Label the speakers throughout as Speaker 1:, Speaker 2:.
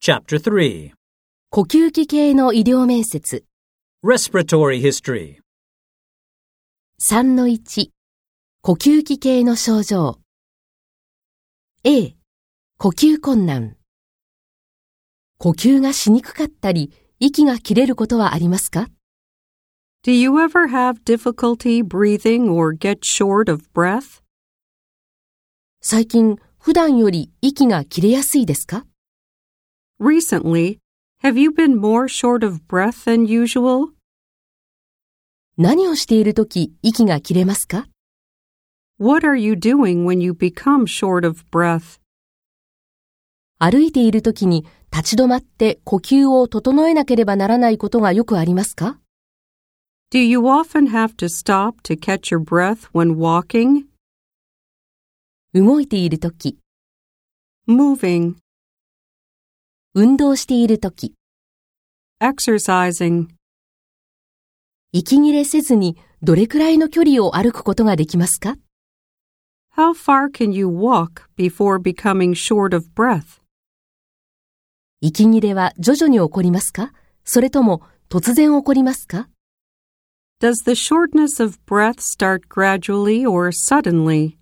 Speaker 1: Chapter 3
Speaker 2: 呼吸器系の医療面接
Speaker 1: Respiratory History
Speaker 2: 3-1呼吸器系の症状 A 呼吸困難呼吸がしにくかったり息が切れることはありますか
Speaker 3: Do you ever have difficulty breathing or get short of breath?
Speaker 2: 最近普段より息が切れやすいですか
Speaker 3: Recently, have you been more short of breath than usual?
Speaker 2: 何をしているとき息が切れますか
Speaker 3: What are you doing when you become short of breath?
Speaker 2: 歩いているときに立ち止まって呼吸を整えなければならないことがよくありますか
Speaker 3: Do you often have to stop to catch your breath when walking?
Speaker 2: 動いているとき、
Speaker 3: Moving,
Speaker 2: 運動しているとき、
Speaker 3: exercising.
Speaker 2: 息切れせずにどれくらいの距離を歩くことができますか
Speaker 3: How far can you walk before becoming short of breath?
Speaker 2: 息切れは徐々に起こりますかそれとも突然起こりますか
Speaker 3: Does the shortness of breath start gradually or suddenly?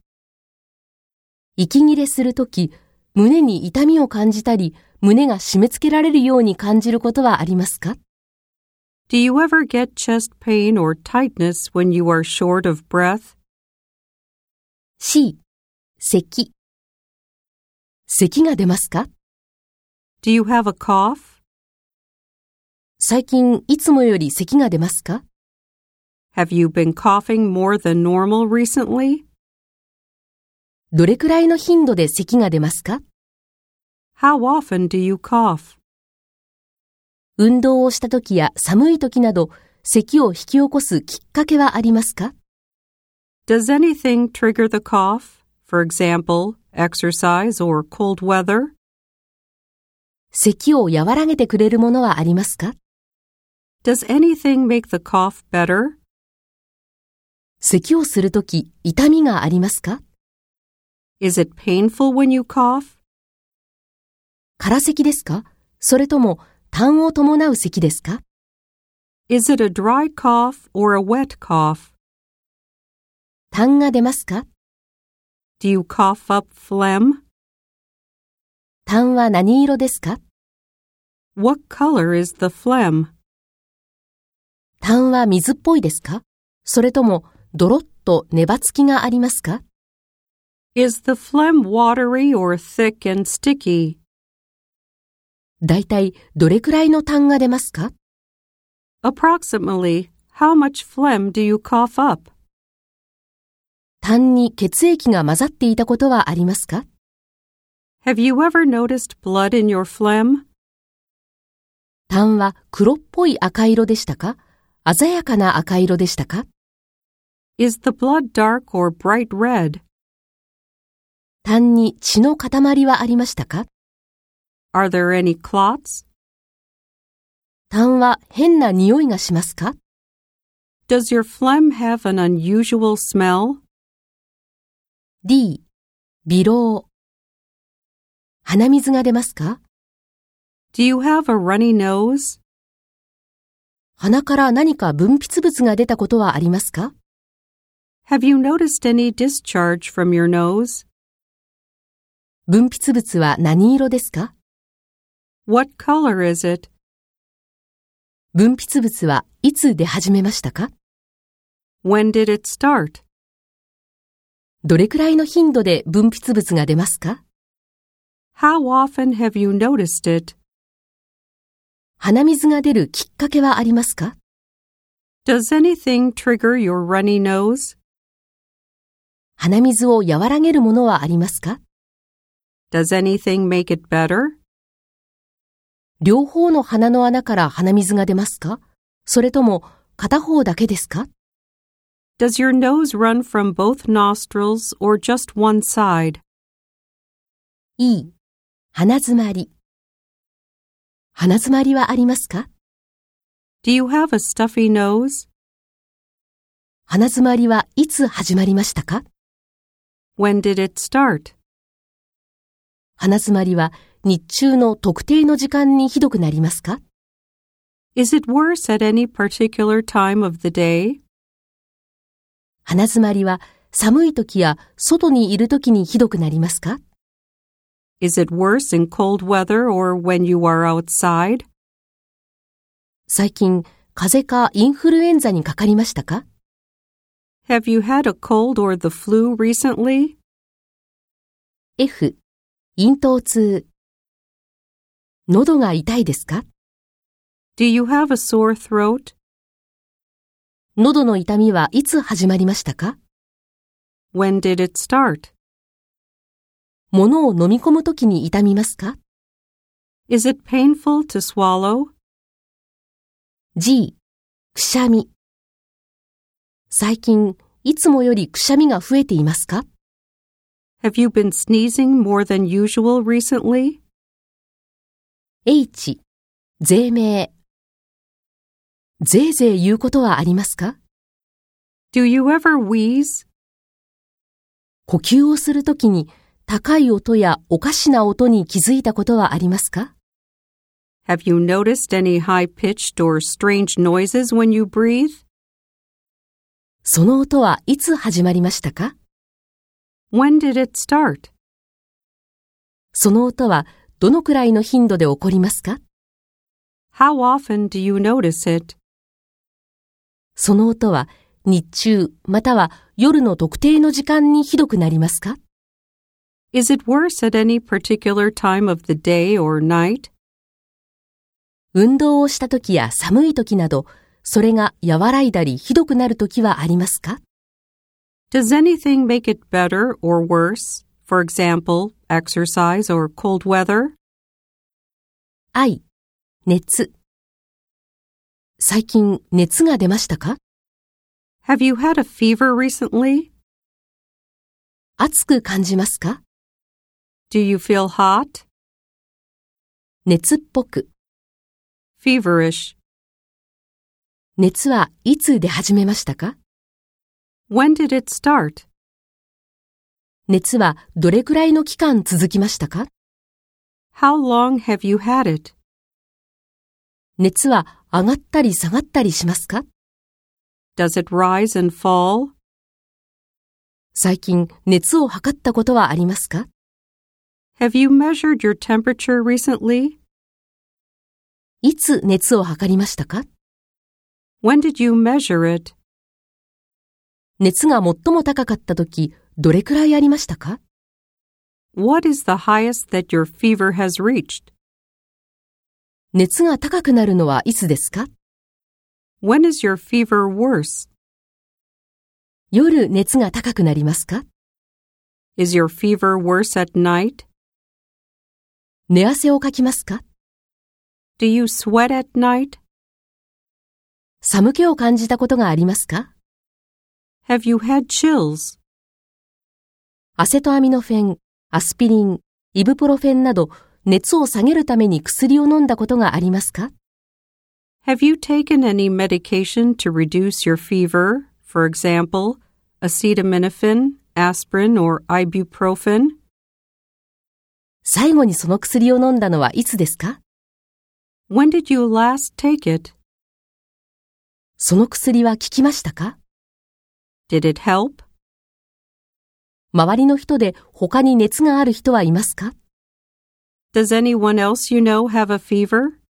Speaker 2: 息切れするとき、胸に痛みを感じたり、胸が締め付けられるように感じることはありますか
Speaker 3: Do you ever get chest pain or tightness when you are short of breath?
Speaker 2: ?C、咳。咳が出ますか
Speaker 3: Do you have a cough?
Speaker 2: 最近いつもより咳が出ますか
Speaker 3: Have you been coughing more than normal recently?
Speaker 2: どれくらいの頻度で咳が出ますか
Speaker 3: How often do you cough?
Speaker 2: 運動をした時や寒い時など、咳を引き起こすきっかけはありますか
Speaker 3: Does anything trigger the cough? For example, exercise or cold weather?
Speaker 2: 咳を和らげてくれるものはありますか
Speaker 3: Does anything make the cough better?
Speaker 2: 咳をするとき痛みがありますか
Speaker 3: Is it painful when you cough?
Speaker 2: 空咳ですかそれとも痰を伴う咳ですか
Speaker 3: Is it a dry cough or a wet cough?
Speaker 2: 痰が出ますか
Speaker 3: Do you cough up phlegm?
Speaker 2: 痰は何色ですか
Speaker 3: What color is the phlegm?
Speaker 2: 痰は水っぽいですかそれともドロッと粘つきがありますか
Speaker 3: Is the phlegm watery or thick and sticky?
Speaker 2: だいたいどれくらいの痰が出ますか
Speaker 3: Approximately, how much phlegm do you cough up?
Speaker 2: 痰に血液が混ざっていたことはありますか
Speaker 3: Have you ever noticed blood in your phlegm?
Speaker 2: 痰は黒っぽい赤色でしたか鮮やかな赤色でしたか
Speaker 3: Is the blood dark or bright red?
Speaker 2: 痰に血の塊はありましたか
Speaker 3: Are there any clots?
Speaker 2: 痰は変な匂いがしますか
Speaker 3: Does your phlegm have an unusual smell?
Speaker 2: D、微漏。鼻水が出ますか
Speaker 3: Do you have a runny nose?
Speaker 2: 鼻から何か分泌物が出たことはありますか
Speaker 3: Have you noticed any discharge from your nose?
Speaker 2: 分泌物は何色ですか
Speaker 3: What color is it?
Speaker 2: 分泌物はいつ出始めましたか
Speaker 3: When did it start?
Speaker 2: どれくらいの頻度で分泌物が出ますか
Speaker 3: How often have you noticed it?
Speaker 2: 鼻水が出るきっかけはありますか
Speaker 3: Does anything trigger your runny nose?
Speaker 2: 鼻水を和らげるものはありますか
Speaker 3: Does anything make it better?
Speaker 2: 両方の鼻の穴から鼻水が出ますかそれとも片方だけですか
Speaker 3: Does your nose run from both nostrils or just one side?
Speaker 2: E、鼻づまり。鼻づまりはありますか
Speaker 3: Do you have a stuffy nose?
Speaker 2: 鼻づまりはいつ始まりましたか
Speaker 3: When did it start?
Speaker 2: 鼻づまりは日中の特定の時間にひどくなりますか
Speaker 3: Is it worse at any particular time of the day?
Speaker 2: 鼻づまりは寒い時や外にいる時にひどくなりますか
Speaker 3: Is it worse in cold weather or when you are outside?
Speaker 2: 最近、風邪かインフルエンザにかかりましたか
Speaker 3: Have you had a cold or the flu recently?
Speaker 2: ?F、咽頭痛。喉が痛いですか
Speaker 3: Do you have a sore throat?
Speaker 2: 喉の痛みはいつ始まりましたか
Speaker 3: When did it start?
Speaker 2: 物を飲み込む時に痛みますか
Speaker 3: Is it painful to swallow?
Speaker 2: ?G、くしゃみ。最近、いつもよりくしゃみが増えていますか
Speaker 3: Have you been sneezing more than usual recently?
Speaker 2: ?H、税名。ぜいぜい言うことはありますか
Speaker 3: Do you ever wheeze?
Speaker 2: 呼吸をするときに高い音やおかしな音に気づいたことはありますか
Speaker 3: Have you noticed any high pitched or strange noises when you breathe?
Speaker 2: その音はいつ始まりましたか
Speaker 3: When did it start?
Speaker 2: その音はどのくらいの頻度で起こりますか
Speaker 3: How often do you notice it?
Speaker 2: その音は日中または夜の特定の時間にひどくなりますか
Speaker 3: Is it worse at any particular time of the day or night?
Speaker 2: 運動をした時や寒い時などそれが和らいだりひどくなる時はありますか
Speaker 3: Does anything make it better or worse? For example, exercise or cold weather?
Speaker 2: ?I、熱。最近熱が出ましたか
Speaker 3: Have you had a fever recently?
Speaker 2: 暑く感じますか
Speaker 3: Do you feel hot?
Speaker 2: 熱っぽく。
Speaker 3: Feverish.
Speaker 2: 熱はいつ出始めましたか
Speaker 3: When did it start?
Speaker 2: 熱はどれくらいの期間続きましたか
Speaker 3: How long have you had it?
Speaker 2: 熱は上がったり下がったりしますか
Speaker 3: Does it rise and fall?
Speaker 2: 最近熱を測ったことはありますか
Speaker 3: Have you measured your temperature recently?
Speaker 2: いつ熱を測りましたか
Speaker 3: When did you measure it?
Speaker 2: 熱が最も高かった時、どれくらいありましたか
Speaker 3: What is the highest that your fever has reached?
Speaker 2: 熱が高くなるのはいつですか
Speaker 3: When is your fever worse?
Speaker 2: 夜熱が高くなりますか
Speaker 3: Is your fever worse at night?
Speaker 2: 寝汗をかきますか
Speaker 3: Do you sweat at night?
Speaker 2: 寒気を感じたことがありますか
Speaker 3: Have you had chills?
Speaker 2: アセトアミノフェン、アスピリン、イブプロフェンなど熱を下げるために薬を飲んだことがありますか
Speaker 3: Have you taken any medication to reduce your fever? For example, acetaminophen, aspirin, or ibuprofen?
Speaker 2: 最後にその薬を飲んだのはいつですか
Speaker 3: When did you last take it?
Speaker 2: その薬は効きましたか
Speaker 3: Did it help?
Speaker 2: 周りの人で他に熱がある人はいますか
Speaker 3: Does anyone else you know have a fever?